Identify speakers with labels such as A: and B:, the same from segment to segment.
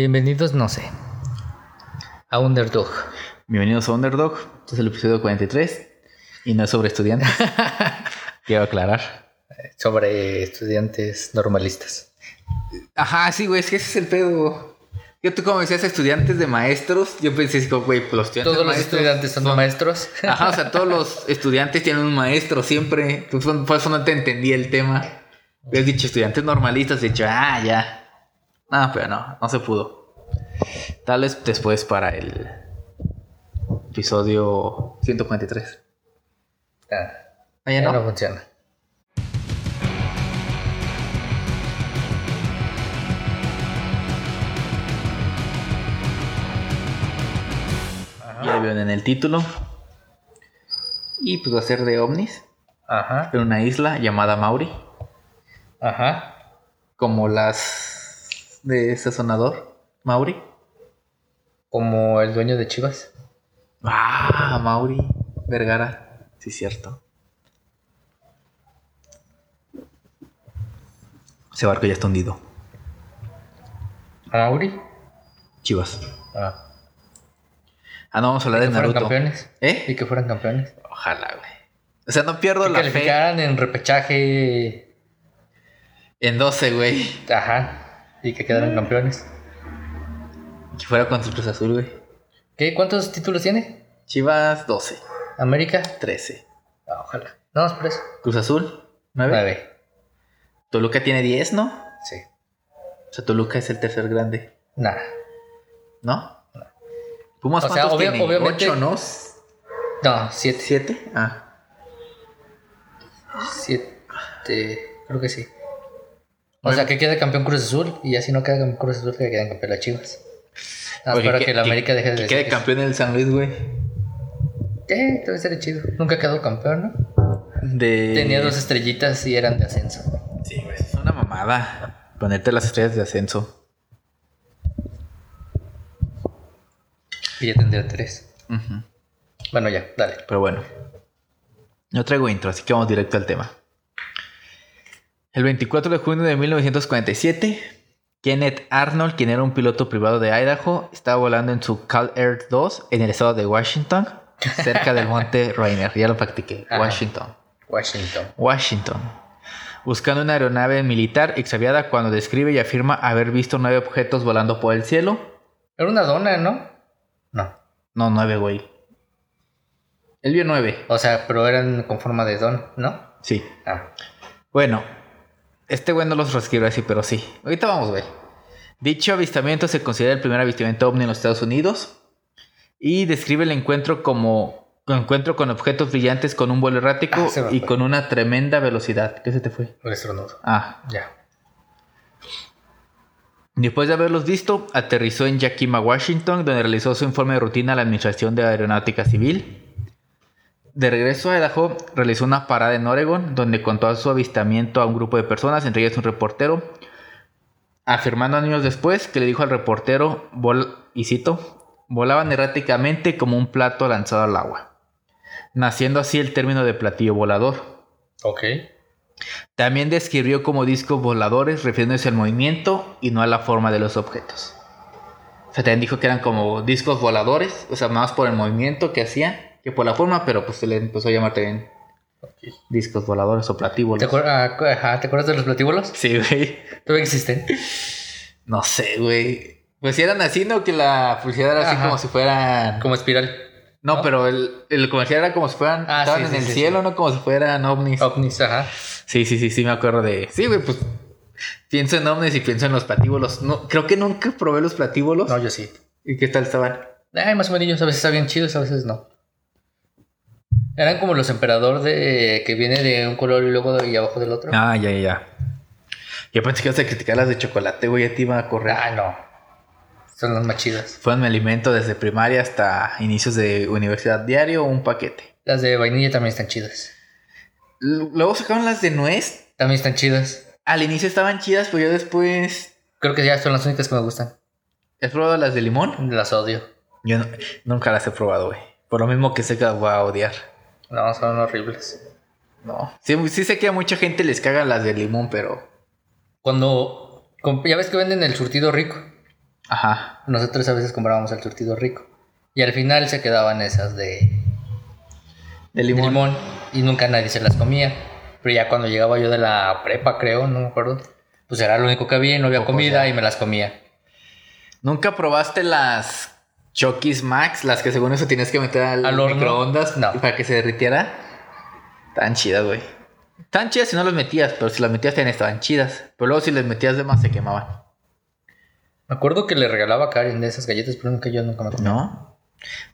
A: Bienvenidos, no sé, a Underdog.
B: Bienvenidos a Underdog. Este es el episodio 43 y no es sobre estudiantes. Quiero aclarar.
A: Sobre estudiantes normalistas.
B: Ajá, sí, güey, es que ese es el pedo. Yo tú como decías estudiantes de maestros, yo pensé, así como, güey, pues los estudiantes
A: Todos los
B: maestros
A: estudiantes son, maestros.
B: Ajá, o sea, todos los estudiantes tienen un maestro siempre. Pues, Por por eso no te entendí el tema. Hubieras dicho estudiantes normalistas, he dicho, ah, ya. No, pero no, no se pudo. Tal vez después para el episodio 143.
A: Ah,
B: Ah, ya
A: ya no.
B: no.
A: funciona.
B: Ya vieron en el título. Y pues va a ser de ovnis.
A: Ajá,
B: En una isla llamada Mauri.
A: ajá.
B: Como las de Sazonador. Mauri.
A: Como el dueño de Chivas.
B: Ah, Mauri Vergara. Sí, cierto. Ese barco ya está hundido.
A: Mauri.
B: Chivas.
A: Ah,
B: Ah, no, vamos a hablar de
A: que fueran
B: Naruto.
A: campeones. Y
B: ¿Eh?
A: que fueran campeones.
B: Ojalá, güey. O sea, no pierdo
A: Que
B: la fe
A: calificaran en repechaje.
B: en 12, güey.
A: Ajá. Y que quedaran campeones.
B: Que fuera contra el Cruz Azul, güey.
A: ¿Qué? ¿Cuántos títulos tiene?
B: Chivas 12,
A: ¿América?
B: 13.
A: Ah, ojalá. No, es por eso.
B: Cruz Azul 9.
A: Nueve.
B: Toluca tiene 10, ¿no?
A: Sí.
B: O sea, Toluca es el tercer grande,
A: Nada.
B: ¿no? Pumas
A: O sea,
B: cuántos
A: obvia-
B: tiene?
A: obviamente-
B: 8, ¿no?
A: No, siete.
B: 7. Ah.
A: Siete, creo que sí. O sea, que quede campeón Cruz Azul y ya si no queda campeón Cruz Azul, que queden campeón las Chivas. Nada más
B: Oye,
A: Ah, para que, la América deje de
B: que
A: decir
B: quede
A: que
B: campeón el San Luis, güey.
A: sí. Eh, debe ser chido. Nunca quedó campeón, ¿no?
B: De...
A: Tenía dos estrellitas y eran de ascenso.
B: Sí, güey, es una mamada. Ponerte las estrellas de ascenso.
A: Y ya tendría tres.
B: Ujú.
A: Bueno, ya, dale.
B: Pero bueno. No traigo intro, así que vamos directo al tema. El 24 de junio de 1947, Kenneth Arnold, quien era un piloto privado de Idaho, estaba volando en su Cal Air 2 en el estado de Washington, cerca del monte Rainier. Ya lo practiqué.
A: Ajá.
B: Washington.
A: Washington.
B: Washington, buscando una aeronave militar extraviada cuando describe y afirma haber visto nueve objetos volando por el cielo.
A: Era una dona, ¿no? No.
B: No, nueve, güey. Él vio nueve.
A: O sea, pero eran con forma de don, ¿no?
B: Sí.
A: Ah.
B: Bueno, este güey no los reescribió así, pero sí. Ahorita vamos, güey. Dicho avistamiento se considera el primer avistamiento ovni en los Estados Unidos y describe el encuentro como encuentro con objetos brillantes con un vuelo errático
A: Ah, se me
B: y
A: fue.
B: con una tremenda velocidad. ¿Qué se te fue?
A: Un estornudo.
B: Ah,
A: Ya.
B: Después de haberlos visto, aterrizó en Yakima, Washington, donde realizó su informe de rutina a la Administración de Aeronáutica Civil. De regreso a Idaho, realizó una parada en Oregon, donde contó su avistamiento a un grupo de personas, entre ellas un reportero, afirmando años después que le dijo al reportero, vol- y cito, volaban erráticamente como un plato lanzado al agua, naciendo así el término de platillo volador.
A: Ok.
B: También describió como discos voladores, refiriéndose al movimiento y no a la forma de los objetos. O sea, también dijo que eran como discos voladores, o sea, más por el movimiento que hacían que por la forma, pero pues se le empezó a llamar también discos voladores o platíbulos.
A: ¿Te, acuer- ah, cu- ajá, ¿te acuerdas de los platíbulos?
B: Sí, güey.
A: Todavía existen.
B: No sé, güey. Pues si eran así, ¿no? Que la publicidad era así
A: Ajá.
B: como si fueran...
A: Como espiral.
B: No,
A: ¿no?
B: pero el, el comercial era como si fueran...
A: Ah,
B: estaban
A: sí,
B: en
A: sí,
B: el
A: sí,
B: cielo, ¿no? Como si fueran ovnis.
A: Ovnis, ajá.
B: Sí, sí, sí, sí, me acuerdo de. Sí, güey, pues. Pienso en ovnis y pienso en los platíbulos. No, creo que nunca probé los platíbulos.
A: No, yo sí.
B: ¿Y qué tal estaban?
A: Ay, más o menos, a veces sabían chidos, a veces no. Eran como los emperador de que viene de un color y luego de y abajo del otro.
B: Ah, ya, ya, ya. Yo pensé que ibas a criticar las de chocolate, güey, ya te iba a correr.
A: Ah, no. Son las más chidas.
B: Fueron mi alimento desde primaria hasta inicios de universidad diario, un paquete.
A: Las de vainilla también están chidas.
B: L- Luego sacaron las de nuez.
A: También están chidas.
B: Al inicio estaban chidas, pero yo después.
A: Creo que ya son las únicas que me gustan.
B: ¿Has probado las de limón?
A: Las odio.
B: Yo no- nunca las he probado, güey. Por lo mismo que sé que las voy a odiar.
A: No, son horribles.
B: No. Sí, sí sé que a mucha gente les cagan las de limón, pero.
A: Cuando. com- Ya ves que venden el surtido rico.
B: Ajá.
A: Nosotros a veces comprábamos el surtido rico. Y al final se quedaban esas de,
B: De
A: de
B: limón.
A: limón. Y nunca nadie se las comía. Pero ya cuando llegaba yo de la prepa, creo, no me acuerdo. Pues era lo único que había y no había
B: Poco
A: comida y me las comía.
B: ¿Nunca probaste las Chokis Max? Las que según eso tienes que meter al,
A: ¿Al horno?
B: microondas
A: No.
B: para que se derritiera. Tan chidas, güey. Tan chidas si no las metías, pero si las metías también estaban chidas. Pero luego si les metías de más se quemaban.
A: Me acuerdo que le regalaba a Karen de esas galletas, pero nunca yo nunca me comí.
B: ¿No?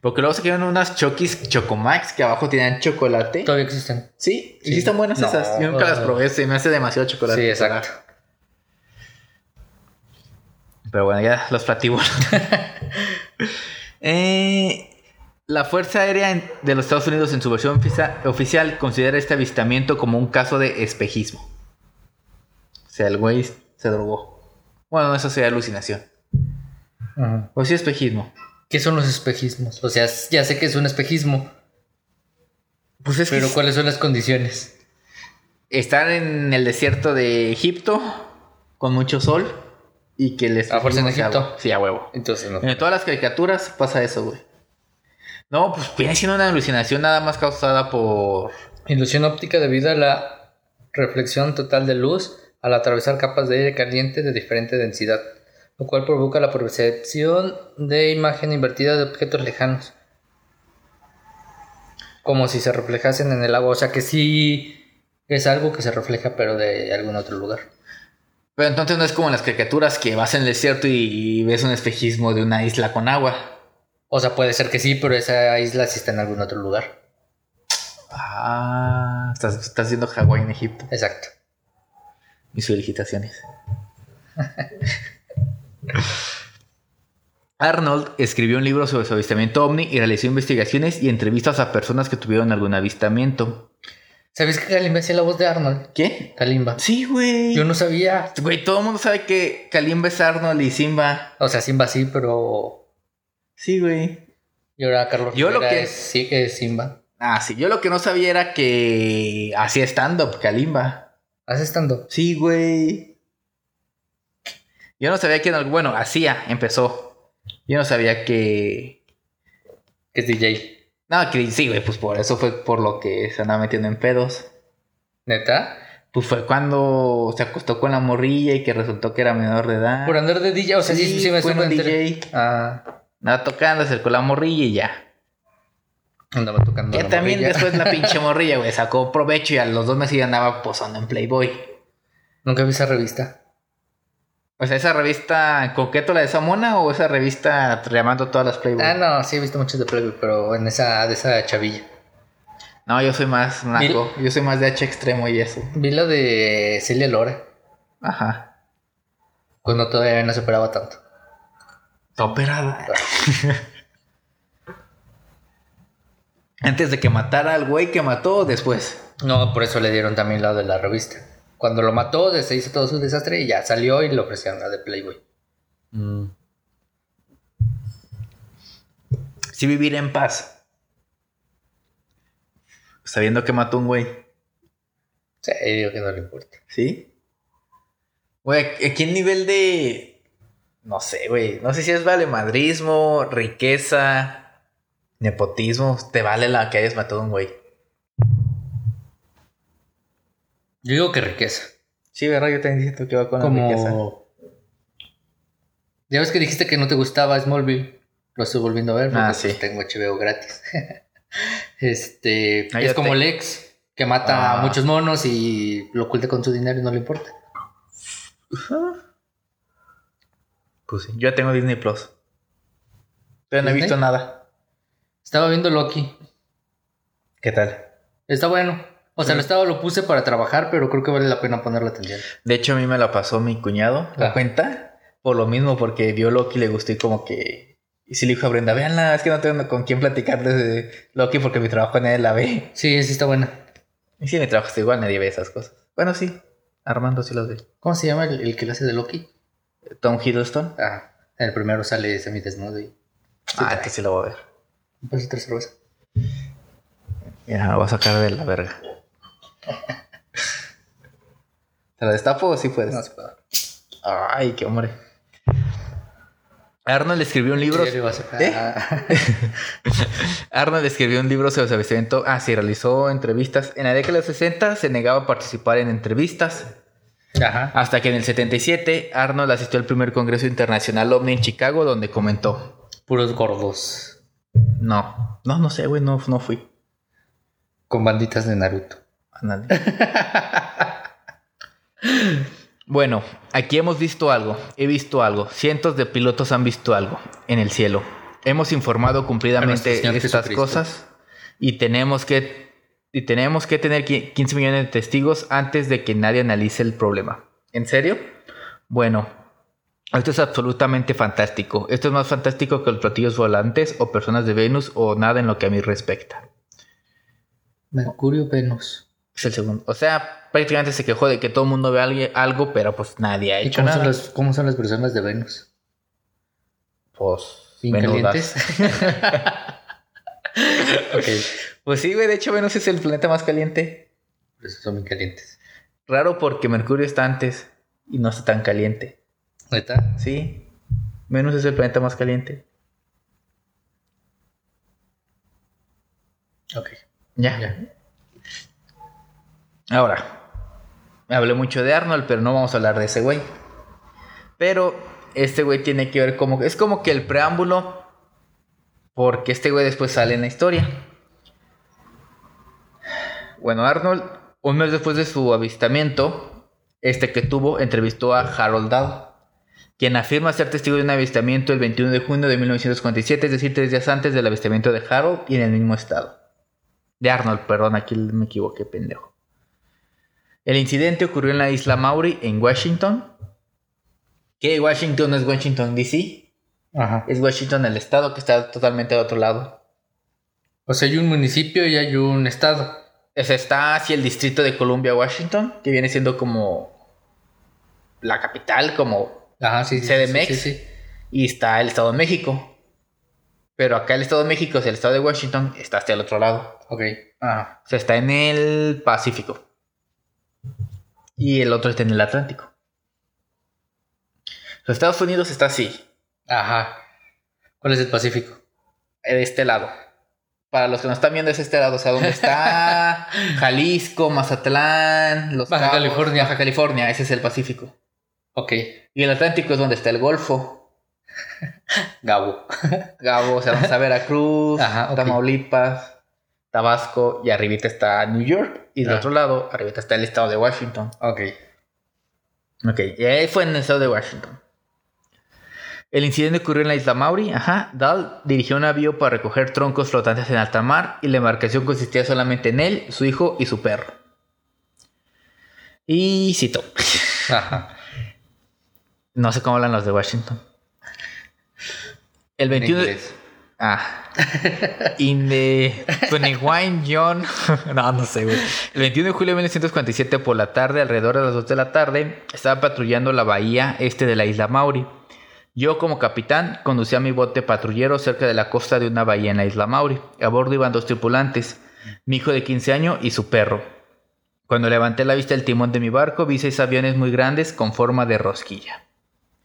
B: Porque luego se quedaron unas Chokis Chocomax que abajo tenían chocolate.
A: Todavía existen.
B: Sí, y sí
A: Sí.
B: están buenas
A: No,
B: esas. Yo nunca las
A: no.
B: probé, se me hace demasiado chocolate.
A: Sí, exacto.
B: Pero bueno, ya los platíbulos. Eh, la Fuerza Aérea en- de los Estados Unidos en su versión oficia- oficial considera este avistamiento como un caso de espejismo. O sea, el güey se drogó. Bueno, eso sería alucinación.
A: Ujú.
B: O sí, espejismo.
A: ¿Qué son los espejismos? O sea, ya sé que es un espejismo,
B: Pues es
A: pero
B: que
A: ¿cuáles son las condiciones?
B: estar en el desierto de Egipto con mucho sol y que les...
A: Ah, fuerza en Egipto.
B: Sí, a huevo.
A: Entonces, no.
B: En todas las caricaturas pasa eso, güey. No, pues viene siendo una alucinación nada más causada por...
A: Ilusión óptica debido a la reflexión total de luz al atravesar capas de aire caliente de diferente densidad, lo cual provoca la percepción de imagen invertida de objetos lejanos. Como si se reflejasen en el agua, o sea que sí es algo que se refleja pero de algún otro lugar.
B: Pero entonces no es como en las caricaturas que vas en el desierto y, y ves un espejismo de una isla con agua.
A: O sea, puede ser que sí, pero esa isla sí está en algún otro lugar.
B: Ah, estás, estás viendo Hawái en Egipto.
A: Exacto.
B: Mis felicitaciones. Arnold escribió un libro sobre su avistamiento ovni y realizó investigaciones y entrevistas a personas que tuvieron algún avistamiento.
A: ¿Sabías que Kalimba hacía la voz de Arnold?
B: ¿Qué?
A: Kalimba.
B: Sí, güey.
A: Yo no sabía.
B: Güey, todo el mundo sabe que Kalimba es Arnold y Simba.
A: O sea, Simba sí, pero.
B: Sí, güey.
A: Y ahora Carlos
B: Yo lo
A: Rivera
B: que-
A: es- sí que es Simba.
B: Ah, sí. Yo lo que no sabía era que hacía stand-up Kalimba.
A: Hace estando.
B: Sí, güey. Yo no sabía que... en algún- Bueno, hacía, empezó. Yo no sabía que...
A: Que es DJ.
B: No, que sí, güey, pues por eso fue por lo que se andaba metiendo en pedos.
A: ¿Neta?
B: Pues fue cuando se acostó con la morrilla y que resultó que era menor de edad.
A: Por andar de DJ. O sea, sí, sí, me
B: fue
A: suena
B: un
A: entero.
B: DJ.
A: Ah,
B: Andaba tocando, acercó la morrilla y ya.
A: andaba tocando.
B: Que
A: la
B: también
A: morrilla.
B: después la pinche morrilla, güey, sacó provecho y a los dos meses ya andaba posando en Playboy.
A: Nunca vi esa revista.
B: O sea, esa revista en concreto la de esa mona o esa revista llamando a todas las Playboy.
A: Ah, no, sí he visto muchas de Playboy, pero en esa, de esa chavilla.
B: no. yo soy más naco, yo soy más de H extremo y eso.
A: Vi la de Celia Lora,
B: Ajá.
A: cuando todavía no se operaba tanto.
B: Está operada. Antes de que matara al güey que mató o después.
A: No, por eso le dieron también la de la revista. Cuando lo mató, se hizo todo su desastre y ya salió y le ofrecieron la de Playboy.
B: Sí, vivir en paz. Sabiendo que mató un güey.
A: O sea, yo digo que no le importa.
B: ¿Sí? Güey, ¿a qué nivel de... No sé, güey. No sé si es valemadrismo, riqueza, nepotismo. Te vale la que hayas matado a un güey.
A: Yo digo que riqueza.
B: Sí, ¿verdad? Yo también siento que va con la riqueza.
A: Como. Ya ves que dijiste que no te gustaba Smallville. Lo estoy volviendo a ver.
B: Ah,
A: porque,
B: sí.
A: pues, tengo HBO gratis. este.
B: Ah,
A: es
B: yo
A: como
B: te-
A: Lex, que mata
B: Ah.
A: a muchos monos y lo oculta con su dinero y no le importa.
B: Pues sí, yo ya tengo Disney Plus. Pero no he
A: ¿Disney?
B: visto nada.
A: Estaba viendo Loki.
B: ¿Qué tal?
A: Está bueno. O sea, lo estaba, lo puse para trabajar, pero creo que vale la pena ponerle atención.
B: De hecho, a mí me la pasó mi cuñado, la
A: Ah.
B: cuenta, por lo mismo, porque vio Loki, le gustó y como que... Y si le dijo a Brenda, veanla, es que no tengo con quién platicar de Loki porque mi trabajo en él la ve.
A: Sí, sí está buena.
B: Y si me trabajas igual, nadie ve esas cosas. Bueno, sí. Armando sí las ve.
A: ¿Cómo se llama el, el que le hace de Loki?
B: Tom Hiddleston.
A: Ah, en el primero sale semidesnudo y.
B: ah, este sí lo voy a ver.
A: Pues otra cerveza.
B: Mira, lo voy a sacar de la verga. ¿Te la destapo o sí puedes?
A: No se puede.
B: Ay, qué hombre. Arnold escribió un libro.
A: Sí, yo iba a sacar.
B: ¿Eh? Arnold escribió un libro sobre su avistamiento. Ah, sí, realizó entrevistas. En la década de los 60 se negaba a participar en entrevistas.
A: Ajá.
B: Hasta que en el 77 Arnold asistió al primer Congreso Internacional OVNI en Chicago donde comentó.
A: Puros gordos.
B: No, no, no sé, güey, no, no fui.
A: Con banditas de Naruto.
B: Ándale. bueno, aquí hemos visto algo, he visto algo, cientos de pilotos han visto algo en el cielo. Hemos informado
A: A
B: cumplidamente
A: nuestro Señor
B: estas
A: Jesucristo.
B: cosas y tenemos que y tenemos que tener qui- 15 millones de testigos antes de que nadie analice el problema. ¿En serio? Bueno, esto es absolutamente fantástico. Esto es más fantástico que los platillos volantes o personas de Venus o nada en lo que a mí respecta.
A: Mercurio, Venus.
B: Es el segundo. O sea, prácticamente se quejó de que todo el mundo ve alguien- algo, pero pues nadie ha
A: ¿Y
B: hecho
A: cómo son,
B: nada.
A: las, cómo son las personas de Venus?
B: Pues,
A: ¿Bien
B: menudas.
A: calientes? ok.
B: Pues sí, güey, de hecho Venus es el planeta más caliente.
A: Por eso son bien calientes.
B: Raro porque Mercurio está antes y no está tan caliente.
A: ¿Neta?
B: Sí, Venus es el planeta más caliente.
A: Ok.
B: Ya.
A: Ya.
B: Ahora, hablé mucho de Arnold, pero no vamos a hablar de ese güey. Pero este güey tiene que ver como... Es como que el preámbulo, porque este güey después sale en la historia. Bueno, Arnold, un mes después de su avistamiento, este que tuvo, entrevistó a Harold Dow, quien afirma ser testigo de un avistamiento el 21 de junio de 1947, es decir, tres días antes del avistamiento de Harold y en el mismo estado. De Arnold, perdón, aquí me equivoqué, pendejo. El incidente ocurrió en la isla Maury, en Washington. Que Washington no es Washington, D.C.
A: Ajá.
B: Es Washington el estado que está totalmente al otro lado.
A: O sea, hay un municipio y hay un estado.
B: O sea, está hacia el distrito de Columbia, Washington, que viene siendo como la capital, como...
A: Ajá, sí. sí,
B: CDMX.
A: Sí, sí. sí.
B: Y está el estado de México. Pero acá el estado de México, o sea, el estado de Washington, está hacia el otro lado.
A: Ok. Ah, Ajá.
B: O sea, está en el Pacífico. Y el otro está en el Atlántico. Los Estados Unidos está así,
A: Ajá. ¿Cuál es el Pacífico?
B: de este lado. Para los que nos están viendo es este lado, o sea, ¿dónde está? Jalisco, Mazatlán, Los
A: Baja California.
B: Baja California, ese es el Pacífico.
A: Ok.
B: Y el Atlántico es donde está el Golfo.
A: Gabo.
B: Gabo, o sea, donde está Veracruz,
A: Ajá, ok.
B: Tamaulipas, Tabasco, y arribita está New York. Y del
A: Ah.
B: otro lado, arribita está el estado de Washington.
A: Ok.
B: Ok, y ahí fue en el estado de Washington. El incidente ocurrió en la isla Maury. Ajá. Dahl dirigió un avión para recoger troncos flotantes en alta mar y la embarcación consistía solamente en él, su hijo y su perro. Y cito.
A: Ajá.
B: No sé cómo hablan los de Washington. El
A: En
B: 21 de-
A: inglés.
B: Ah. In the 21 John. No, no sé, güey. El 21 de julio de 1947, por la tarde, alrededor de las 2 de la tarde, estaba patrullando la bahía este de la isla Mauri. Yo, como capitán, conducía mi bote patrullero cerca de la costa de una bahía en la isla Mauri. A bordo iban dos tripulantes, mi hijo de 15 años y su perro. Cuando levanté la vista del timón de mi barco, vi seis aviones muy grandes con forma de rosquilla.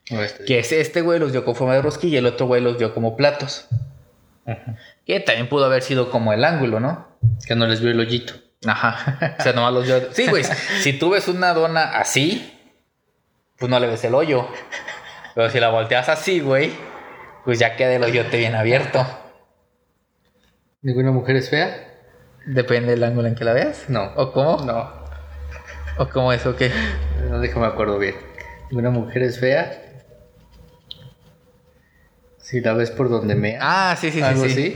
A: No, este-
B: Que es este güey los dio con forma de rosquilla y el otro güey los dio como platos.
A: Ajá.
B: Que también pudo haber sido como el ángulo, ¿no?
A: Que no les vio el hoyito.
B: Ajá. O sea, nomás los dio. Sí, güey. Si tú ves una dona así, pues no le ves el hoyo. Pero si la volteas así, güey, pues ya queda el hoyote bien abierto.
A: ¿Ninguna mujer es fea?
B: Depende del ángulo en que la veas.
A: No.
B: ¿O cómo?
A: No.
B: ¿O cómo es? ¿O qué?
A: No, déjame acuerdo bien. ¿Ninguna mujer es fea? Si la ves por donde me...
B: Ah, sí, sí, sí.
A: ¿Algo
B: sí.
A: así?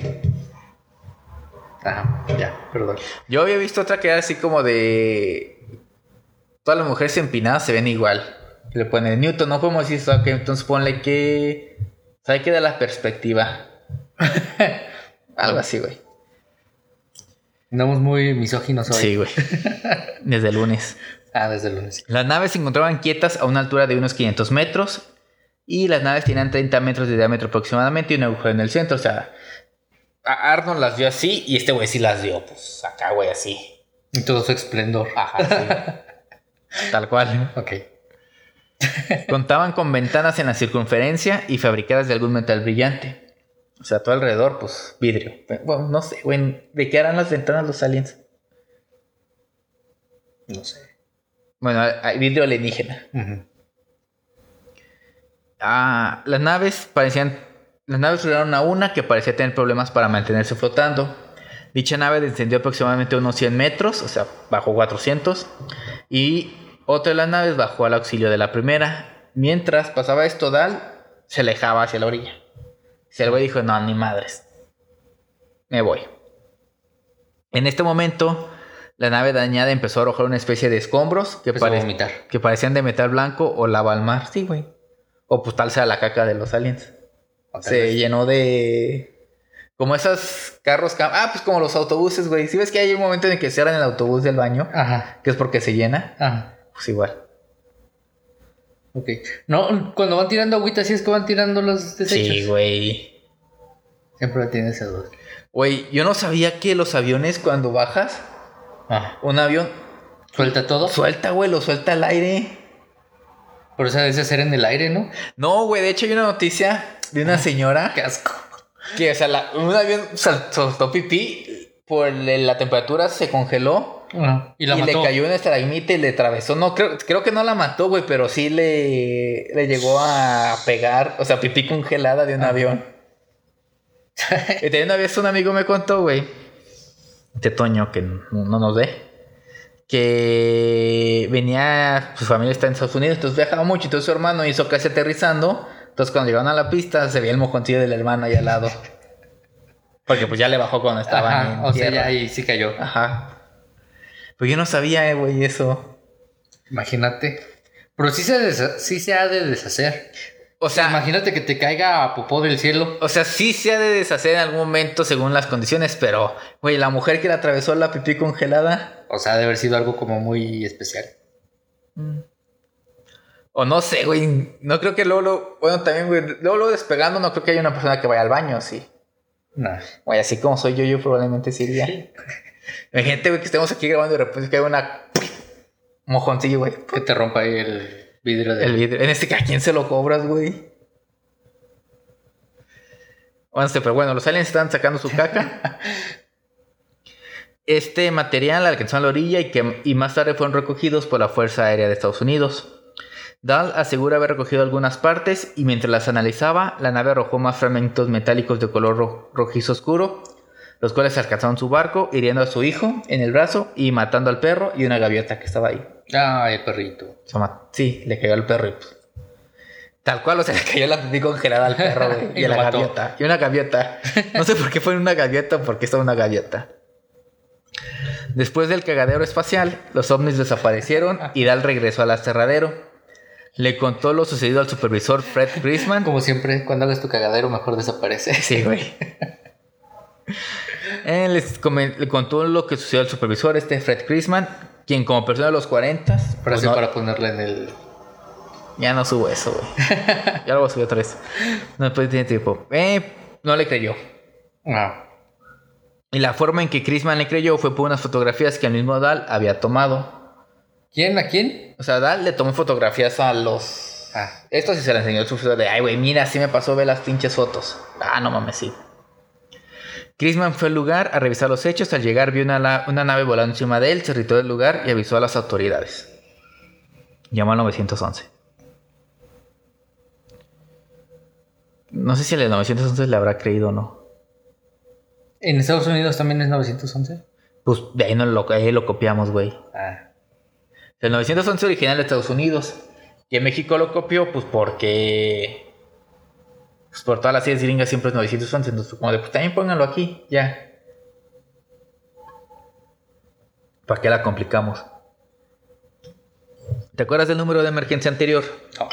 A: Ajá. Ya, perdón.
B: Yo había visto otra que era así como de. Todas las mujeres empinadas se ven igual. Y Le pone Newton, no podemos decir eso. ok, entonces ponle que. ¿Sabe qué da la perspectiva? Algo así, güey.
A: Andamos muy misóginos hoy.
B: Sí, güey. Desde el lunes.
A: Ah, desde el lunes.
B: Las naves se encontraban quietas a una altura de unos 500 metros. Y las naves tenían 30 metros de diámetro aproximadamente y un agujero en el centro. O sea, a- Arnold las dio así y este güey sí las dio. Pues acá, güey, así.
A: Y todo su esplendor. Ah,
B: Ajá, sí. Tal cual.
A: Ok.
B: Contaban con ventanas en la circunferencia y fabricadas de algún metal brillante. O sea, todo alrededor, pues, vidrio. Bueno, no sé, güey, ¿de qué harán las ventanas los aliens?
A: No sé.
B: Bueno, hay vidrio alienígena.
A: Ujú.
B: Ah, las naves parecían. Las naves llegaron a una que parecía tener problemas para mantenerse flotando. Dicha nave descendió aproximadamente unos 100 metros, o sea, bajó 400. Y otra de las naves bajó al auxilio de la primera. Mientras pasaba esto, Dal se alejaba hacia la orilla. Y el güey dijo: No, ni madres. Me voy. En este momento, la nave dañada empezó a arrojar una especie de escombros que,
A: Empezó a
B: parecía
A: vomitar.
B: que parecían de metal blanco o lava al mar, sí, güey. O pues tal sea la caca de los aliens.
A: O tal
B: Se
A: vez.
B: llenó de. Como esos carros. cam- Ah, pues como los autobuses, güey. Si ves que hay un momento en el que cierran el autobús del baño,
A: Ajá.
B: que es porque se llena,
A: Ajá.
B: pues igual.
A: Ok. No, cuando van tirando agüita, sí es que van tirando los desechos.
B: Sí, güey.
A: Siempre tiene esa duda.
B: Güey, yo no sabía que los aviones, cuando bajas, un avión
A: Ah, Suelta todo.
B: suelta, güey, lo suelta al aire.
A: Por eso debe hacer en el aire, ¿no?
B: No, güey, de hecho hay una noticia de una señora
A: Qué asco.
B: que, o sea, la- un avión sal- soltó pipí, por eh, la temperatura se congeló.
A: Ajá. Y
B: Y,
A: la mató.
B: le cayó una estalagmita y le atravesó. No, creo, creo que no la mató, güey, pero sí le, le llegó a pegar, o sea, pipí congelada de un
A: Ah.
B: avión. y de una vez un amigo me contó, güey, este Toño, que no, no nos ve, que venía, su familia está en Estados Unidos, entonces viajaba mucho, entonces su hermano hizo casi aterrizando. Entonces cuando llegaron a la pista se veía el mojoncillo del hermano ahí al lado. Porque pues ya le bajó cuando estaba
A: Ajá,
B: en
A: O sea,
B: tierra.
A: ya ahí sí cayó.
B: Ajá. Pues yo no sabía, eh, güey, eso.
A: Imagínate. Pero sí se, desa- sí se ha de deshacer.
B: O sea,
A: Imagínate que te caiga a popó del cielo.
B: o sea, sí se ha de deshacer en algún momento según las condiciones, pero, güey, la mujer que le atravesó la pipí congelada,
A: O sea, ha de haber sido algo como muy especial.
B: o no sé, güey, no creo que luego, luego- bueno, también, güey, luego, luego despegando, no creo que haya una persona que vaya al baño, sí.
A: No.
B: Güey, así como soy yo, yo probablemente sí iría. Imagínate, güey, que estemos aquí grabando y de repente cae una mojoncillo, güey.
A: Que te rompa ahí el vidrio del
B: El vidrio. En este caso, ¿a quién se lo cobras, güey? Bueno, este, pero bueno, los aliens están sacando su caca. Este material alcanzó a la orilla y, que, y más tarde fueron recogidos por la Fuerza Aérea de Estados Unidos. Dahl asegura haber recogido algunas partes y mientras las analizaba, la nave arrojó más fragmentos metálicos de color ro- rojizo oscuro, los cuales alcanzaron su barco, hiriendo a su hijo en el brazo y matando al perro y una gaviota que estaba ahí.
A: Ay, el perrito.
B: Se ma- Sí, le cayó al perro y pues, Tal cual, o sea, le cayó la pipí congelada al perro, güey.
A: Y
B: y a
A: lo
B: la
A: mató.
B: gaviota. Y una gaviota. No sé por qué fue una gaviota, porque estaba una gaviota. Después del cagadero espacial, los ovnis desaparecieron y Dal regresó al aserradero. Le contó lo sucedido al supervisor Fred Grisman.
A: Como siempre, cuando hagas tu cagadero, mejor desaparece.
B: Sí, güey. Él les comen- le contó lo que sucedió al supervisor, este Fred Grisman, quien como persona de los 40, pues,
A: Frase
B: no-
A: para ponerle en el.
B: ya no subo eso, güey. ya lo voy a subir otra vez. No, después tiene tiempo. Eh, no le creyó.
A: Ah,
B: Y la forma en que Chrisman le creyó fue por unas fotografías que el mismo Dal había tomado.
A: ¿Quién? ¿A quién?
B: O sea, Dal le tomó fotografías a los...
A: Ah,
B: Esto sí se le enseñó a su de, ay, güey, mira, así me pasó, ve las pinches fotos. Ah, no mames, sí. Chrisman fue al lugar a revisar los hechos. Al llegar, vio una, la- una nave volando encima de él, se irritó del lugar y avisó a las autoridades. Llamó al 911. No sé si el 911 le habrá creído o no.
A: ¿En Estados Unidos también es 911?
B: Pues de ahí, no lo, ahí lo copiamos, güey.
A: Ah,
B: El 911 original de Estados Unidos. Y en México lo copió, pues porque. Pues por todas las series gringas siempre es 911. Entonces, como de, pues también pónganlo aquí, ya. ¿Para qué la complicamos? ¿Te acuerdas del número de emergencia anterior?
A: no.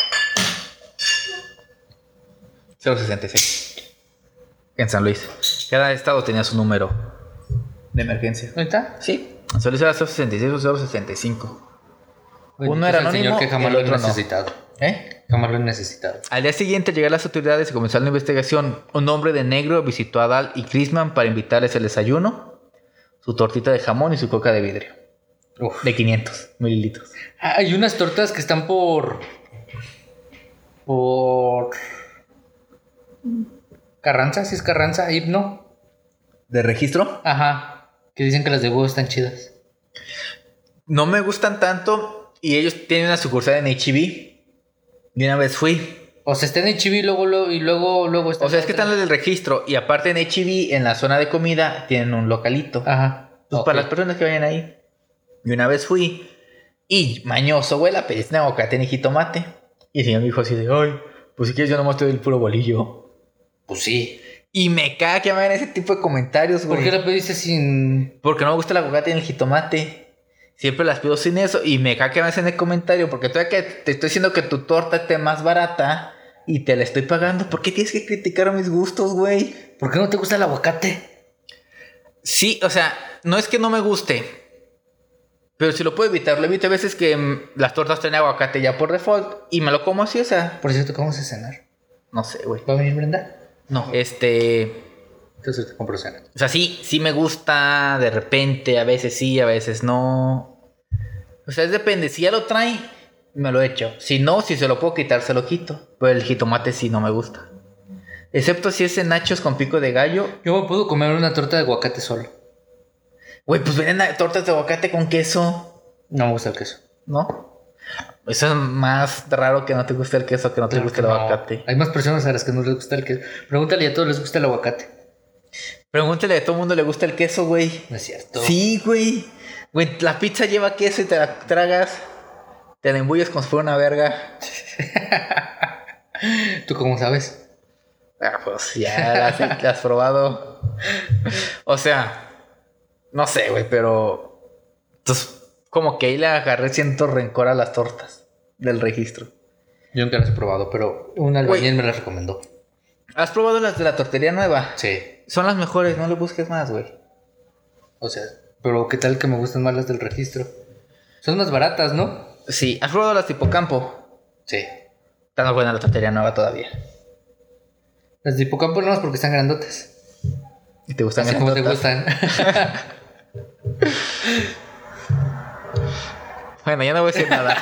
B: 066. En San Luis. Cada estado tenía su número de emergencia.
A: ¿No está?
B: Sí. En San Luis era 066 o 065. Uno
A: Bendito
B: era
A: sea el
B: anónimo,
A: Señor que jamás
B: el
A: lo he
B: otro no.
A: necesitado.
B: ¿Eh?
A: Jamás lo he necesitado.
B: Al día siguiente, al llegar las autoridades y comenzar la investigación, un hombre de negro visitó a Dal y Chrisman para invitarles el desayuno, su tortita de jamón y su coca de vidrio.
A: Uf.
B: De 500 mililitros.
A: Ah, Hay unas tortas que están por. por Carranza, si es Carranza, himno.
B: ¿De registro?
A: Ajá. Que dicen que las de Búho están chidas.
B: No me gustan tanto y ellos tienen una sucursal en HB. Y una vez fui.
A: O sea, está en Chibi luego, luego, y luego, luego está
B: O sea, es que
A: otra.
B: están las del registro y aparte en HB, en la zona de comida, tienen un localito.
A: Ajá.
B: Pues
A: Ok.
B: para las personas que vayan ahí. Y una vez fui y mañoso, güey, la pedí un aguacate y jitomate. Y el señor me dijo así de, ay, pues si quieres yo nomás te doy el puro bolillo.
A: Pues sí.
B: Y me caga que me hagan ese tipo de comentarios,
A: ¿Por
B: güey.
A: qué la pediste sin.?
B: Porque no me gusta el aguacate y el jitomate. Siempre las pido sin eso y me caga que me hacen el comentario porque todavía que te estoy diciendo que tu torta esté más barata y te la estoy pagando, ¿por qué tienes que criticar mis gustos, güey?
A: ¿Por qué no te gusta el aguacate?
B: Sí, o sea, no es que no me guste. Pero si lo puedo evitar, lo evito. Hay veces que mm, las tortas tienen aguacate ya por default y me lo como así, o sea,
A: Por cierto, ¿qué vamos a cenar?
B: no sé, güey.
A: ¿Va a venir Brenda?
B: No, este.
A: Entonces te compro cena.
B: O sea, sí, sí me gusta de repente, a veces sí, a veces no. O sea, es depende. Si ya lo trae, me lo echo. Si no, si se lo puedo quitar, se lo quito. Pero el jitomate sí no me gusta. Excepto si es en nachos con pico de gallo.
A: Yo me puedo comer una torta de aguacate solo.
B: Güey, pues vienen a- tortas de aguacate con queso.
A: No me gusta el queso.
B: ¿No? Eso es más raro que no te guste el queso, que no te
A: Claro
B: guste
A: que
B: el
A: no.
B: aguacate.
A: Hay más personas a las que no les gusta el queso. Pregúntale a todos les gusta el aguacate.
B: Pregúntale, a todo el mundo le gusta el queso, güey.
A: No es cierto.
B: Sí, güey. Güey, la pizza lleva queso y te la tragas. Te la embulles como si fuera una verga.
A: ¿Tú cómo sabes?
B: Ah, pues ya la has, la has probado. O sea, no sé, güey, pero. Entonces, como que ahí le agarré ciento rencor a las tortas del registro.
A: Yo nunca las he probado, pero un albañil me las recomendó.
B: ¿Has probado las de la tortería nueva?
A: Sí.
B: Son las mejores, no le busques más, güey.
A: O sea, pero ¿qué tal que me gustan más las del registro? Son más baratas, ¿no?
B: Sí, ¿has probado las tipo campo?
A: Sí.
B: Tan buena la tortería nueva todavía.
A: Las de hipocampo no más porque están grandotas.
B: ¿Y te gustan
A: Así como te
B: grandotas?
A: gustan.
B: Bueno, ya no voy a decir nada.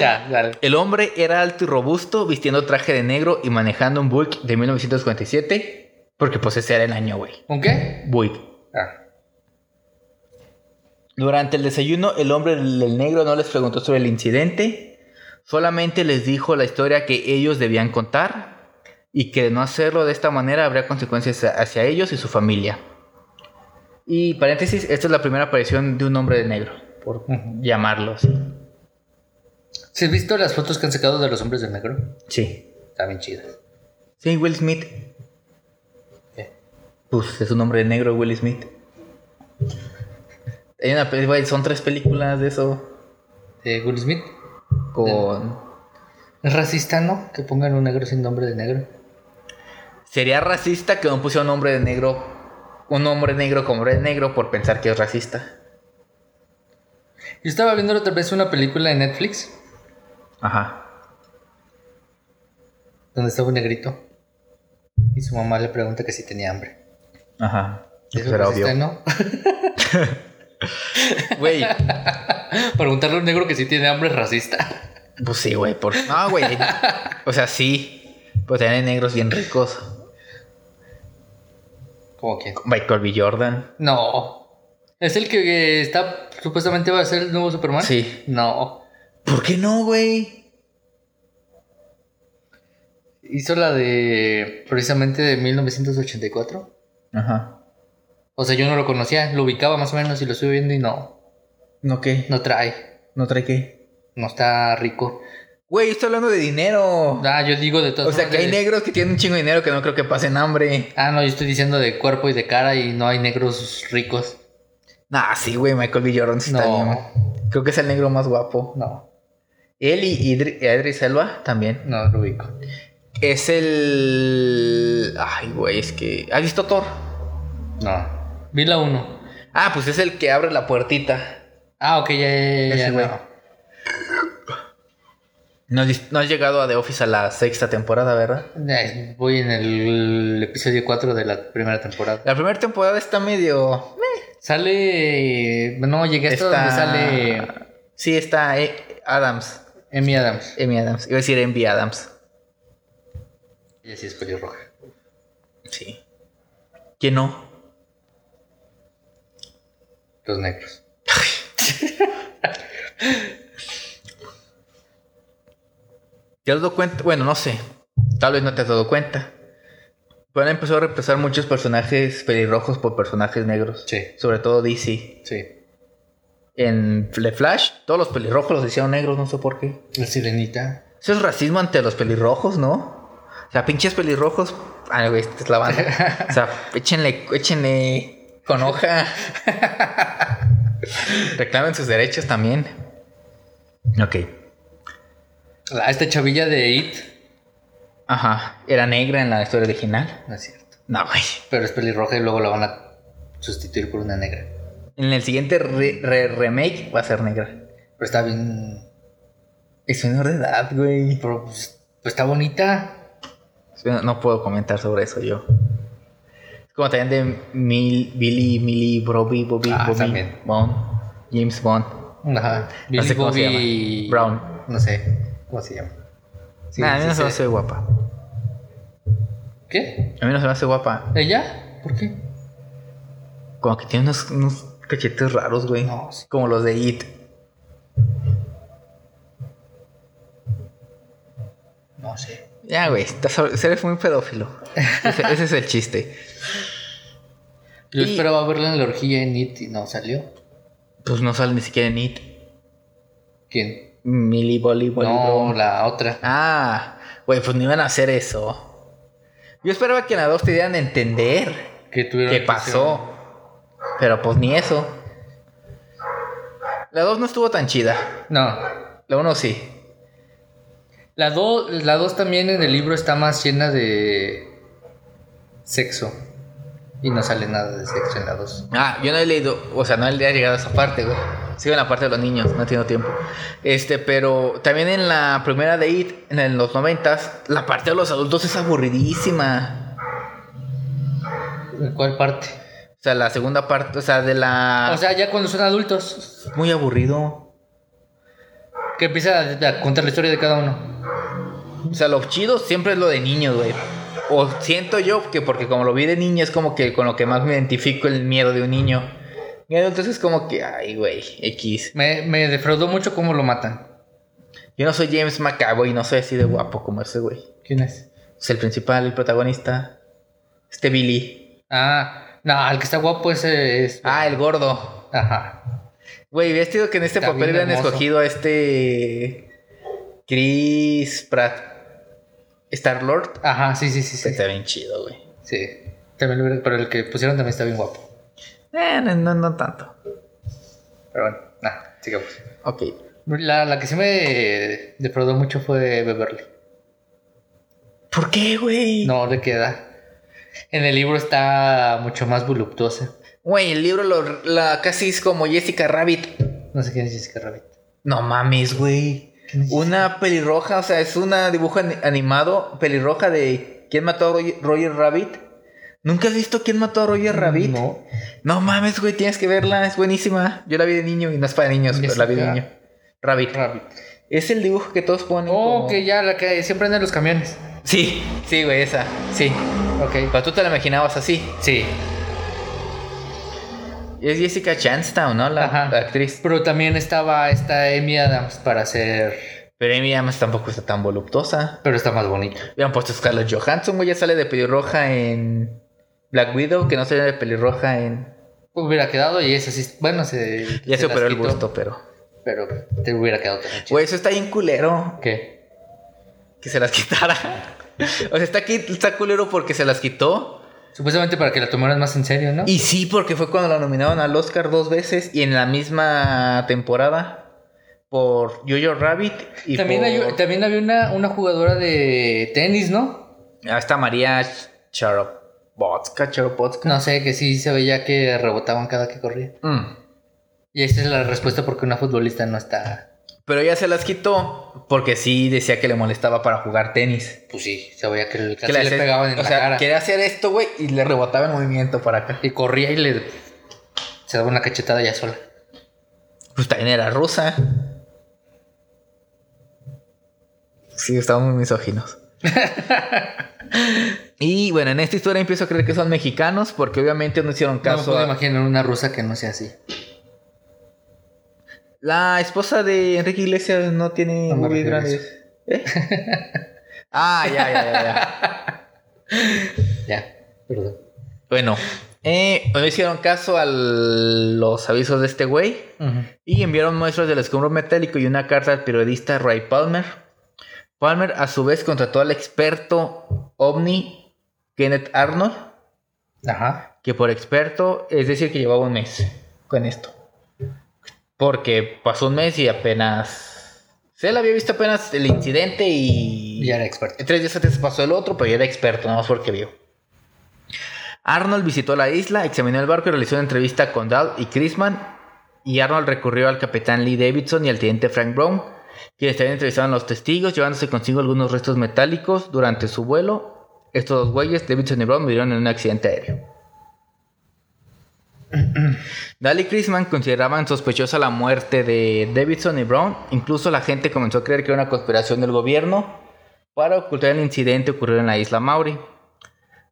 A: ya, dale.
B: El hombre era alto y robusto, vistiendo traje de negro y manejando un Buick de 1947. Porque pues ese era el año, güey.
A: ¿Con qué?
B: Buick.
A: Ah.
B: Durante el desayuno, el hombre del negro no les preguntó sobre el incidente. Solamente les dijo la historia que ellos debían contar. Y que de no hacerlo de esta manera habría consecuencias hacia ellos y su familia. Y paréntesis, esta es la primera aparición de un hombre de negro. Por llamarlo así.
A: ¿Se has visto las fotos que han sacado de los hombres de negro?
B: Sí.
A: Están bien chidas.
B: Sí, Will Smith.
A: ¿Qué?
B: Pues es un hombre de negro, Will Smith. Hay una peli- güey, son tres películas de eso.
A: De Will Smith.
B: Con.
A: Es racista, ¿no? Que pongan un negro sin nombre de negro.
B: Sería racista que no pusiera un hombre de negro. Un hombre negro como hombre de negro por pensar que es racista.
A: Yo estaba viendo la otra vez una película de Netflix
B: Ajá.
A: donde estaba un negrito y su mamá le pregunta que si tenía hambre.
B: Ajá.
A: Eso
B: Será
A: pues,
B: obvio.
A: está, ¿no?
B: Güey.
A: Preguntarle a un negro que si tiene hambre es racista.
B: Pues sí, güey. Por... No, güey. O sea, sí. Pues también hay negros bien ricos.
A: ¿Cómo quién?
B: Michael B. Jordan.
A: No. ¿Es el que está supuestamente va a ser el nuevo Superman?
B: Sí.
A: No.
B: ¿Por qué no, güey?
A: Hizo la de precisamente de 1984.
B: Ajá.
A: O sea, yo no lo conocía, lo ubicaba más o menos y lo estuve viendo y no.
B: ¿No qué?
A: No trae.
B: ¿No trae qué?
A: No está rico.
B: Güey, yo estoy hablando de dinero.
A: Ah, yo digo de todo.
B: o sea, que hay negros que tienen un chingo de dinero que no creo que pasen hambre.
A: Ah, no, yo estoy diciendo de cuerpo y de cara y no hay negros ricos.
B: Nah, sí, güey, Michael B. Jordan sí está
A: No.
B: bien. Creo que es el negro más guapo.
A: No,
B: Él y Idri- y Idris Elba también.
A: no lo ubico.
B: Es el... Ay, güey, es que... ¿Has visto Thor?
A: No. Vi la 1.
B: Ah, pues es el que abre la puertita.
A: Ah, ok, ya, ya, ya,
B: Ese
A: ya,
B: güey.
A: no.
B: No, has vis- no has llegado a The Office a la sexta temporada, ¿verdad?
A: Ya, Voy en el episodio 4 de la primera temporada.
B: La primera temporada está medio...
A: Sale. No, llegué hasta
B: está...
A: donde sale.
B: Sí, está eh, Adams.
A: Amy Adams.
B: Amy Adams. Iba a decir Envy Adams.
A: Y así es pelirroja.
B: Sí. ¿Quién no?
A: Los negros.
B: ¿Te has dado cuenta? Bueno, no sé. Tal vez no te has dado cuenta. Pero han empezado a reemplazar muchos personajes pelirrojos por personajes negros.
A: Sí.
B: Sobre todo DC.
A: Sí.
B: En The Flash, todos los pelirrojos los hicieron negros, no sé por qué.
A: La sirenita.
B: Eso es racismo ante los pelirrojos, ¿no? O sea, pinches pelirrojos. Ah, güey, esta es la banda. O sea, échenle, échenle con hoja. Reclamen sus derechos también. Ok.
A: La- esta chavilla de It.
B: Ajá. Era negra en la historia original.
A: No es cierto.
B: No, güey.
A: Pero es pelirroja y luego la van a sustituir por una negra.
B: En el siguiente re- re- remake va a ser negra.
A: Pero está bien.
B: Es menor de edad, güey.
A: Pero pues, pues está bonita.
B: No- No puedo comentar sobre eso yo. Es como también de Mil, Billy, Millie, Bobby, Bobby,
A: Ah,
B: Bobby,
A: también.
B: Bond, James Bond.
A: Ajá.
B: No sé
A: Billie
B: cómo se
A: Bobby-
B: llama. Brown.
A: No sé. ¿Cómo se llama? Sí,
B: Nah, a mí
A: sí
B: no se me
A: sé.
B: hace guapa.
A: ¿Qué?
B: A mí no se me hace guapa.
A: ¿Ella? ¿Por qué?
B: Como que tiene unos, unos cachetes raros, güey.
A: No, sí.
B: Como los de It.
A: No sé.
B: Ya, güey, estás- eres muy pedófilo. Ese, ese es el chiste.
A: Yo
B: Y-
A: esperaba verla en la orgía en It y no salió.
B: Pues no sale ni siquiera en It.
A: ¿Quién?
B: Millie, Bolly, Bolly,
A: no,
B: Bro.
A: la otra.
B: Ah, güey, pues no iban a hacer eso. Yo esperaba que en la 2 te dieran a entender.
A: Que tuvieron
B: ¿Qué
A: que
B: pasó? Pero pues ni eso. La 2 no estuvo tan chida.
A: hacer- No.
B: La 1 sí.
A: La 2 la dos también en el libro está más llena de sexo. Y no sale nada de sexo en la 2.
B: Ah, yo no he leído, o sea, no he llegado a esa parte, güey. Sigo en la parte de los niños, no tengo tiempo. Este, pero también en la primera de IT, en el- los noventas, la parte de los adultos es aburridísima.
A: ¿Cuál parte?
B: O sea, la segunda parte, o sea, de la...
A: O sea, ya cuando son adultos,
B: muy aburrido.
A: que empieza a, a contar la historia de cada uno.
B: O sea, lo chido siempre es lo de niños, güey. O siento yo que porque como lo vi de niño es como que con lo que más me identifico el miedo de un niño. Y entonces es como que, ay, güey, X.
A: Me, me defraudó mucho cómo lo matan.
B: Yo no soy James McAvoy y no soy así de guapo como ese güey.
A: ¿Quién es?
B: Es el principal, el protagonista. Este Billy.
A: Ah, no, el que está guapo ese es.
B: Ah, el gordo.
A: Ajá.
B: Güey, hubiera sido que en este
A: Está
B: papel
A: bien
B: hubieran
A: hermoso.
B: escogido a este... Chris Pratt. Star-Lord.
A: Ajá, sí, sí, sí, sí.
B: Está bien chido, güey.
A: Sí. También lo hubiera- pero el que pusieron también está bien guapo.
B: Eh, no, no, no tanto.
A: Pero bueno, nada, sigamos.
B: Ok.
A: La, la que sí me defraudó mucho fue Beverly.
B: ¿Por qué, güey?
A: No le queda. En el libro está mucho más voluptuosa.
B: Güey, el libro lo- la casi es como Jessica Rabbit.
A: No sé quién es Jessica Rabbit.
B: No mames, güey.
A: ¿Quién es Jessica?
B: Una pelirroja, o sea, es una dibujo ani- animado, pelirroja de ¿Quién mató a Roy- Roger Rabbit? ¿Nunca has visto quién mató a Roger Rabbit?
A: Mm, No.
B: No mames, güey, tienes que verla, es buenísima. Yo la vi de niño y no es para niños, pero la vi de
A: Jessica
B: niño. Rabbit.
A: Rabbit.
B: Es el dibujo que todos ponen.
A: Oh,
B: como-
A: que ya, la que siempre anda en los camiones.
B: Sí, sí, güey, esa. Sí.
A: Ok.
B: Pero tú te la imaginabas así.
A: Sí.
B: Es Jessica Chanstown, ¿no? La,
A: Ajá.
B: la actriz.
A: Pero también estaba esta Amy Adams para hacer.
B: Pero Amy Adams tampoco está tan voluptuosa.
A: Pero está más bonita.
B: Hubieran puesto a Scarlett Johansson, güey. Ya sale de pelirroja en Black Widow, que no sale de pelirroja en.
A: Hubiera quedado y esa sí. Bueno, se.
B: Ya se
A: las
B: operó el
A: quitó,
B: gusto, pero.
A: Pero te hubiera quedado también chido.
B: Güey, eso está bien culero.
A: ¿Qué?
B: Que se las quitara. o sea, está, aquí, está culero porque se las quitó.
A: Supuestamente para que la tomaran más en serio, ¿no?
B: Y sí, porque fue cuando la nominaron al Oscar dos veces y en la misma temporada por Jojo Rabbit y
A: también,
B: por...
A: hay- también había una, una jugadora de tenis, ¿no?
B: Ah, está María Charopotska, Charopotska.
A: No sé, que sí se veía que rebotaban cada que corría.
B: Mm.
A: Y esta es la respuesta porque una futbolista no está.
B: Pero ella se las quitó porque sí decía que le molestaba para jugar tenis.
A: Pues sí, se veía que el-
B: Que
A: casi le
B: haces-
A: pegaban en
B: o
A: la
B: sea,
A: cara.
B: quería hacer esto, güey, y le rebotaba el movimiento para acá.
A: Y corría y le. Se daba una cachetada ya sola.
B: Pues también era rusa. Sí, estamos muy misóginos. y bueno, en esta historia empiezo a creer que son mexicanos porque obviamente no hicieron
A: No me
B: caso.
A: puedo
B: a-
A: imaginar una rusa que no sea así.
B: La esposa de Enrique Iglesias no tiene
A: No me
B: boobies
A: refiero a
B: grandes. ¿Eh? ah, ya, ya, ya, ya.
A: Ya, perdón.
B: Bueno, eh, no hicieron caso a los avisos de este güey. y enviaron muestras del escombro metálico y una carta al periodista Ray Palmer. Palmer a su vez contrató al experto ovni Kenneth Arnold,
A: Ajá.
B: que por experto es decir que llevaba un mes con esto. Porque pasó un mes y apenas... Se él había visto apenas el incidente y...
A: Ya era experto.
B: Tres días antes pasó el otro, pero ya era experto, nada más porque vio. Arnold visitó la isla, examinó el barco y realizó una entrevista con Dow y Chrisman. Y Arnold recurrió al capitán Lee Davidson y al teniente Frank Brown, quienes también entrevistaron a los testigos, llevándose consigo algunos restos metálicos durante su vuelo. Estos dos güeyes, Davidson y Brown, murieron en un accidente aéreo. Dahl y Chrisman consideraban sospechosa la muerte de Davidson y Brown. Incluso la gente comenzó a creer que era una conspiración del gobierno para ocultar el incidente ocurrido en la isla Mauri.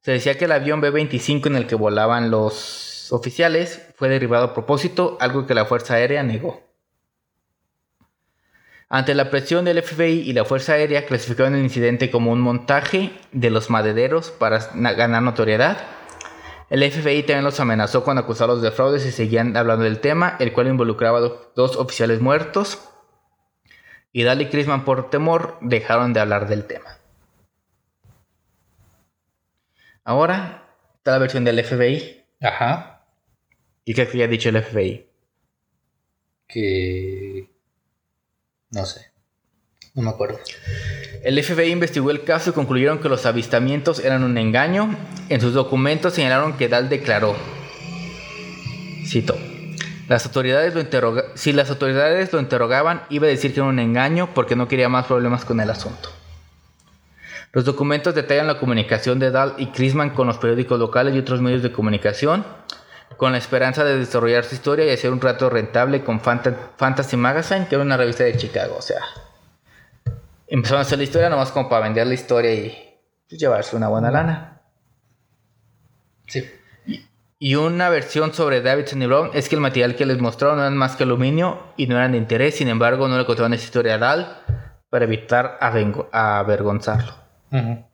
B: Se decía que el avión B-25 en el que volaban los oficiales fue derribado a propósito, algo que la Fuerza Aérea negó. Ante la presión del FBI y la Fuerza Aérea clasificaron el incidente como un montaje de los madederos para na- ganar notoriedad. El FBI también los amenazó con acusarlos de fraude si seguían hablando del tema, el cual involucraba do- dos oficiales muertos y Daly y Crisman por temor dejaron de hablar del tema. Ahora está la versión del FBI.
A: Ajá.
B: ¿Y qué había dicho el FBI?
A: Que. No sé. No me acuerdo.
B: El FBI investigó el caso y concluyeron que los avistamientos eran un engaño. En sus documentos señalaron que Dahl declaró, cito, las autoridades lo interroga- si las autoridades lo interrogaban iba a decir que era un engaño porque no quería más problemas con el asunto. Los documentos detallan la comunicación de Dahl y Crisman con los periódicos locales y otros medios de comunicación, con la esperanza de desarrollar su historia y hacer un trato rentable con Fanta- Fantasy Magazine, que era una revista de Chicago, o sea, Empezaron a hacer la historia nomás como para vender la historia y pues, llevarse una buena lana.
A: Sí.
B: Y una versión sobre Davidson y Brown es que el material que les mostraron no eran más que aluminio y no eran de interés, sin embargo no le contaron esa historia a Dahl para evitar avengo- avergonzarlo.
A: Ujú.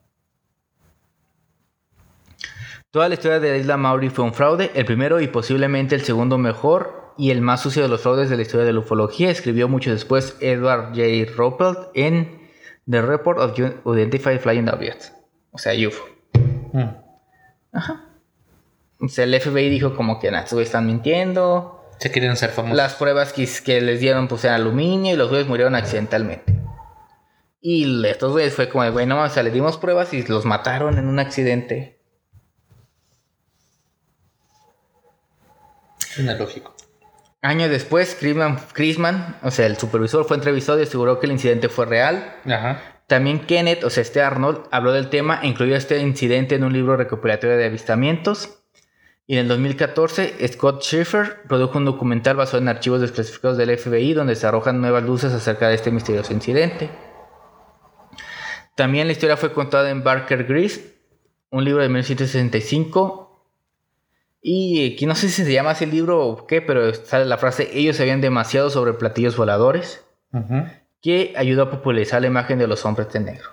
B: Toda la historia de la isla Maori fue un fraude, el primero y posiblemente el segundo mejor y el más sucio de los fraudes de la historia de la ufología, escribió mucho después Edward J. Ruppelt en The Report of Identified Flying Objects, o sea UFO.
A: Ujú.
B: O sea, el FBI dijo como que, nah, estos güeyes están mintiendo.
A: Se quieren ser famosos.
B: Las pruebas que, que les dieron pues eran aluminio y los güeyes murieron accidentalmente. Y estos güeyes fue como, de, güey, no, o sea, les dimos pruebas y los mataron en un accidente.
A: Suena lógico.
B: Años después, Crisman, Crisman, o sea, el supervisor fue entrevistado y aseguró que el incidente fue real.
A: Ajá.
B: También Kenneth, o sea, este Arnold, habló del tema, e incluyó este incidente en un libro recopilatorio de avistamientos. Y en el 2014, Scott Schiffer produjo un documental basado en archivos desclasificados del FBI donde se arrojan nuevas luces acerca de este misterioso incidente. También la historia fue contada en Barker Gris, un libro de 1965. Y aquí no sé si se llama así el libro o qué, pero sale la frase, ellos sabían demasiado sobre platillos voladores
A: Ujú.
B: que ayudó a popularizar la imagen de los hombres de negro.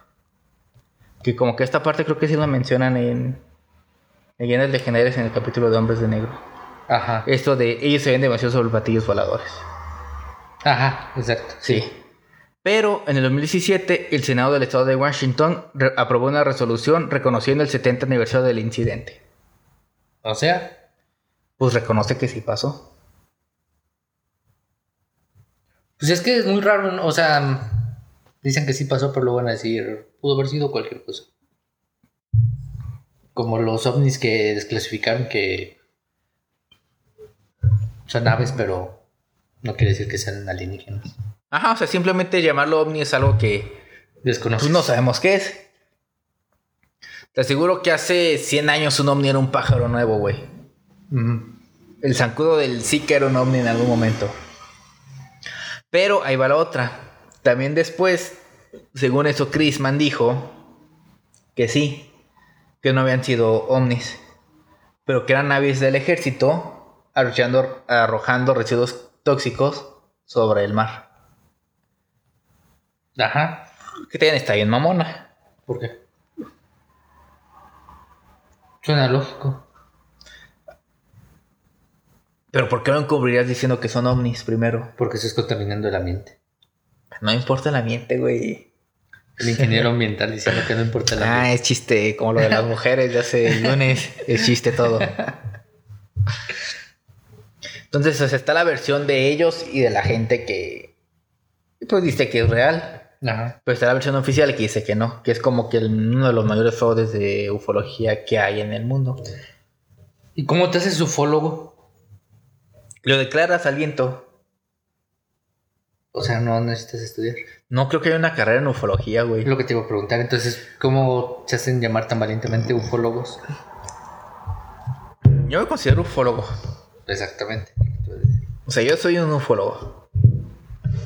B: Que como que esta parte creo que sí la mencionan en Leyendas Legendarias en el capítulo de Hombres de Negro.
A: Ajá.
B: Esto de ellos se ven demasiado sobre platillos voladores.
A: Ajá. Exacto.
B: Sí. Pero en el 2017 el Senado del Estado de Washington re- aprobó una resolución reconociendo el 70 aniversario del incidente.
A: O sea,
B: Pues reconoce que sí pasó.
A: pues es que es muy raro. ¿no? O sea, mm, dicen que sí pasó, pero lo van a decir. Pudo haber sido cualquier cosa. Como los ovnis que desclasificaron que son aves, pero no quiere decir que sean alienígenas.
B: Ajá, o sea, simplemente llamarlo ovni es algo que
A: Desconocidos.
B: Pues no sabemos qué es. Te aseguro que hace 100 años un ovni era un pájaro nuevo, güey.
A: Ujú.
B: El zancudo del Zika era un ovni en algún momento. Pero ahí va la otra. También después Según eso, Chrisman dijo que sí, que no habían sido ovnis, pero que eran naves del ejército arrochando- arrojando residuos tóxicos sobre el mar.
A: Ajá.
B: Que tienen está bien mamona.
A: ¿Por qué? Suena lógico.
B: Pero ¿por qué lo encubrirías diciendo que son ovnis primero?
A: Porque se está contaminando el ambiente.
B: No importa el ambiente, güey.
A: El ingeniero ambiental diciendo que no importa el ambiente.
B: Ah, es chiste, como lo de las mujeres de hace lunes, es chiste todo. Entonces, o sea, está la versión de ellos y de la gente que pues dice que es real,
A: Ajá.
B: pero está la versión oficial que dice que no, que es como que el- uno de los mayores fraudes de ufología que hay en el mundo.
A: ¿Y cómo te haces ufólogo?
B: Lo declaras al viento.
A: O sea, no necesitas estudiar.
B: No creo que haya una carrera en ufología, güey.
A: Es lo que te iba a preguntar. Entonces, ¿cómo se hacen llamar tan valientemente ufólogos?
B: Yo me considero ufólogo.
A: Exactamente.
B: O sea, yo soy un ufólogo.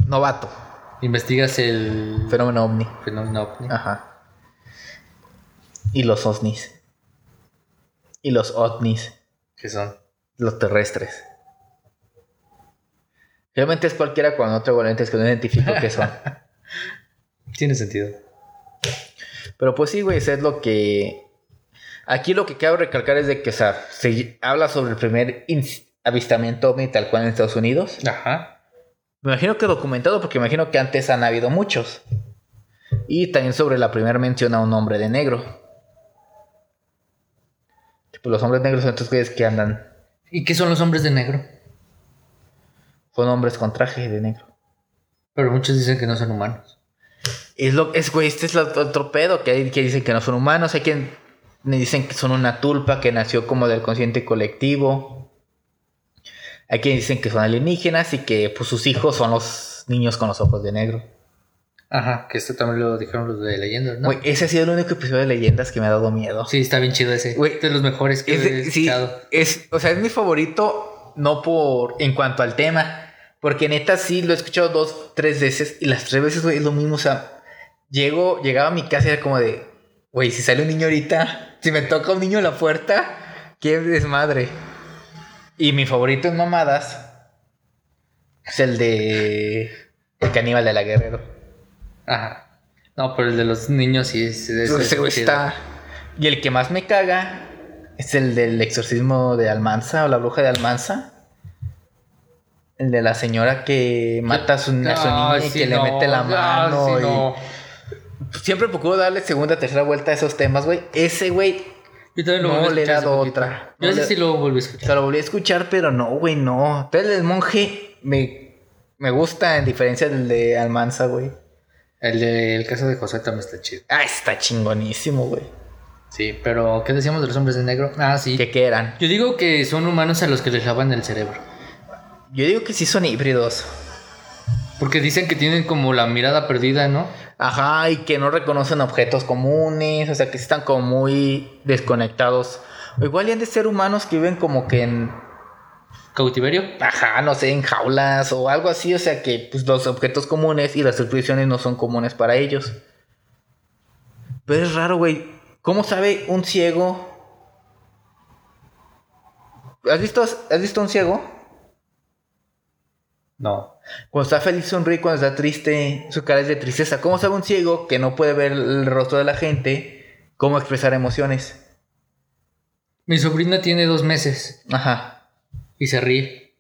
B: Novato.
A: Investigas el
B: Fenómeno ovni.
A: fenómeno ovni.
B: Ajá. Y los ovnis. Y los ovnis.
A: ¿Qué son?
B: Los terrestres. Realmente es cualquiera con otro volante que no identifico qué son.
A: Tiene sentido.
B: Pero pues sí, güey, eso es lo que... Aquí lo que cabe recalcar es de que, o sea, se habla sobre el primer ins- avistamiento ovni tal cual en Estados Unidos.
A: Ajá.
B: Me imagino que documentado, porque me imagino que antes han habido muchos. Y también sobre la primera mención a un hombre de negro. Tipo, los hombres negros son estos güeyes que andan.
A: ¿Y qué son los hombres de negro?
B: Son hombres con traje de negro.
A: Pero muchos dicen que no son humanos.
B: Es lo es, güey, este es lo- otro pedo que hay que dicen que no son humanos. Hay quien me dicen que son una tulpa que nació como del consciente colectivo. Hay quienes dicen que son alienígenas y que pues, sus hijos son los niños con los ojos de negro.
A: Ajá, que esto también lo dijeron los de leyendas, ¿no?
B: Güey, ese ha sido el único episodio de leyendas que me ha dado miedo.
A: Sí, está bien chido ese. Este
B: Güey,
A: de los mejores que
B: Es,
A: he
B: de- sí,
A: escuchado.
B: es, o sea, es mi favorito, no por en cuanto al tema, porque neta sí lo he escuchado dos, tres veces y las tres veces güey, es lo mismo, o sea, llego, llegaba a mi casa y era como de, güey, si sale un niño ahorita, si me toca un niño en la puerta, qué desmadre. Y mi favorito en mamadas es el de el caníbal de la guerrero.
A: Ajá. No, pero el de los niños sí es. es-
B: Ese
A: es
B: güey
A: chido.
B: está- Y el que más me caga es el del exorcismo de Almanza o la bruja de Almanza. El de la señora que mata a su, a su niña y
A: Ah, sí,
B: que
A: no,
B: le mete la
A: no,
B: mano.
A: sí,
B: y-
A: no.
B: Siempre procuro darle segunda, tercera vuelta a esos temas, güey. Ese güey
A: Yo también lo
B: No,
A: volví a
B: le he
A: escuchar hace
B: dado
A: poquito.
B: otra.
A: Yo
B: No
A: ese
B: le-
A: sí lo volví a escuchar.
B: se lo volví a escuchar, pero no, güey, no. Entonces el del monje me, me gusta en diferencia del de Almanza, güey.
A: El del caso de José también está chido.
B: Ah, está chingonísimo, güey.
A: Sí, pero ¿qué decíamos de los hombres de negro? Ah, sí.
B: ¿Qué, ¿Qué eran?
A: Yo digo que son humanos a los que les lavan el cerebro.
B: Yo digo que sí son híbridos.
A: Porque dicen que tienen como la mirada perdida, ¿no?
B: Ajá, y que no reconocen objetos comunes, o sea, que están como muy desconectados. O igual y han de ser humanos que viven como que en,
A: Cautiverio.
B: ajá, no sé, en jaulas o algo así, o sea, que pues, los objetos comunes y las supervisiones no son comunes para ellos. Pero es raro, güey. ¿Cómo sabe un ciego? ¿Has visto, ¿Has visto un ciego?
A: No.
B: Cuando está feliz sonríe, cuando está triste, su cara es de tristeza. ¿Cómo sabe un ciego que no puede ver el rostro de la gente cómo expresar emociones?
A: Mi sobrina tiene dos meses
B: Ajá.
A: y se ríe.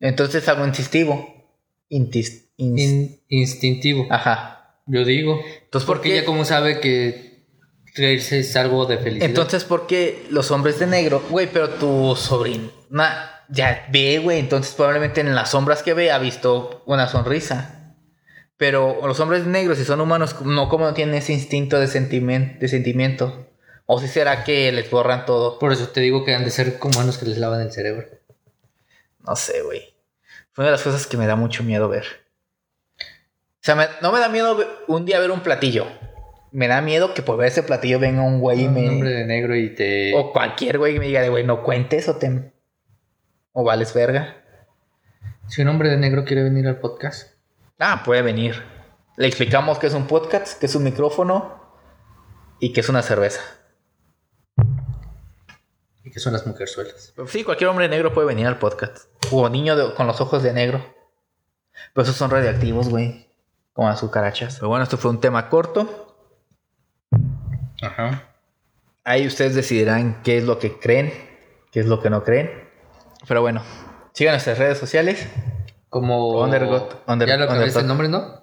B: Entonces es algo insistivo. Intis- ins-
A: In- instintivo.
B: Ajá.
A: Yo digo.
B: Entonces, Ah. ¿por
A: Porque
B: qué?
A: ella como sabe que reírse es algo de felicidad.
B: Entonces, ¿por qué los hombres de negro? Güey, pero tu sobrino. ya ve, güey. Entonces, probablemente en las sombras que ve ha visto una sonrisa. Pero los hombres negros, si son humanos, no como no tienen ese instinto de, sentimen- de sentimiento. O si será que les borran todo.
A: Por eso te digo que han de ser como humanos que les lavan el cerebro.
B: No sé, güey. Fue una de las cosas que me da mucho miedo ver. O sea, me- no me da miedo ve- un día ver un platillo. Me da miedo que por ver ese platillo venga un güey y
A: Un
B: me...
A: hombre de negro y te...
B: O cualquier güey que me diga de, güey, no cuentes o te... O vales verga.
A: Si un hombre de negro quiere venir al podcast,
B: Ah, puede venir. Le explicamos qué es un podcast, qué es un micrófono y qué es una cerveza.
A: ¿Y qué son las mujerzuelas?
B: Pero sí, cualquier hombre negro puede venir al podcast. O niño de- con los ojos de negro. Pero esos son radioactivos, güey. Como las cucarachas. Pero bueno, esto fue un tema corto.
A: Ajá.
B: Ahí ustedes decidirán qué es lo que creen, qué es lo que no creen. Pero bueno, sigan nuestras redes sociales.
A: Como.
B: Undergot- under-
A: ya lo cambiaste
B: underdog.
A: el nombre, ¿no?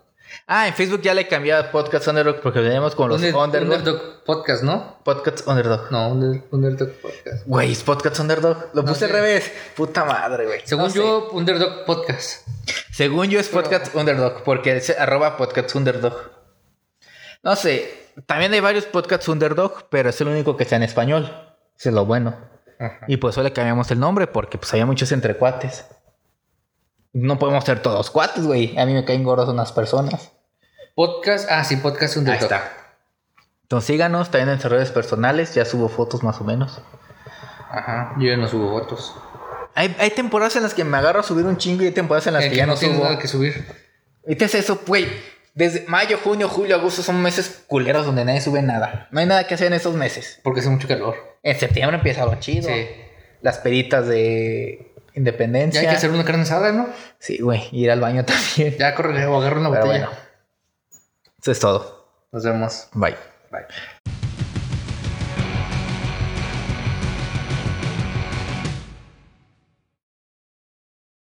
B: Ah, en Facebook ya le he cambiado a Podcast Underdog porque venimos con los
A: Under-
B: Underdog.
A: Underdog Podcast, ¿no?
B: Podcast Underdog.
A: No, Under- Underdog Podcast.
B: Güey, es Podcast Underdog. Lo
A: No
B: puse al
A: sé.
B: revés. Puta madre, güey.
A: Según
B: No sé.
A: yo, Underdog Podcast.
B: Según yo es Podcast Underdog, porque es arroba Podcast Underdog. No sé, también hay varios Podcasts Underdog, pero es el único que está en español. Eso es lo bueno.
A: Ajá.
B: Y por eso le cambiamos el nombre, porque pues había muchos entre cuates. No podemos ser todos cuates, güey. A mí me caen gordas unas personas.
A: Podcast. Ah, sí, Podcast
B: Ahí
A: Underdog.
B: está. Entonces síganos también en nuestras redes personales. Ya subo fotos más o menos.
A: Ajá. Yo ya no subo votos.
B: Hay, hay temporadas en las que me agarro a subir un chingo y hay temporadas en las
A: El
B: que, ya no
A: tiene
B: subo.
A: nada que subir.
B: Ahorita es eso, güey. Desde mayo, junio, julio, agosto son meses culeros donde nadie sube nada. No hay nada que hacer en esos meses.
A: Porque hace mucho calor.
B: En septiembre empieza lo
A: Sí.
B: chido. Las peditas de
A: Ya
B: independencia.
A: hay que hacer una carne asada, ¿no?
B: Sí, güey. Ir al baño también.
A: Ya corre o agarra una
B: Pero
A: botella.
B: bueno. Eso es todo.
A: Nos vemos.
B: Bye.
A: Bye.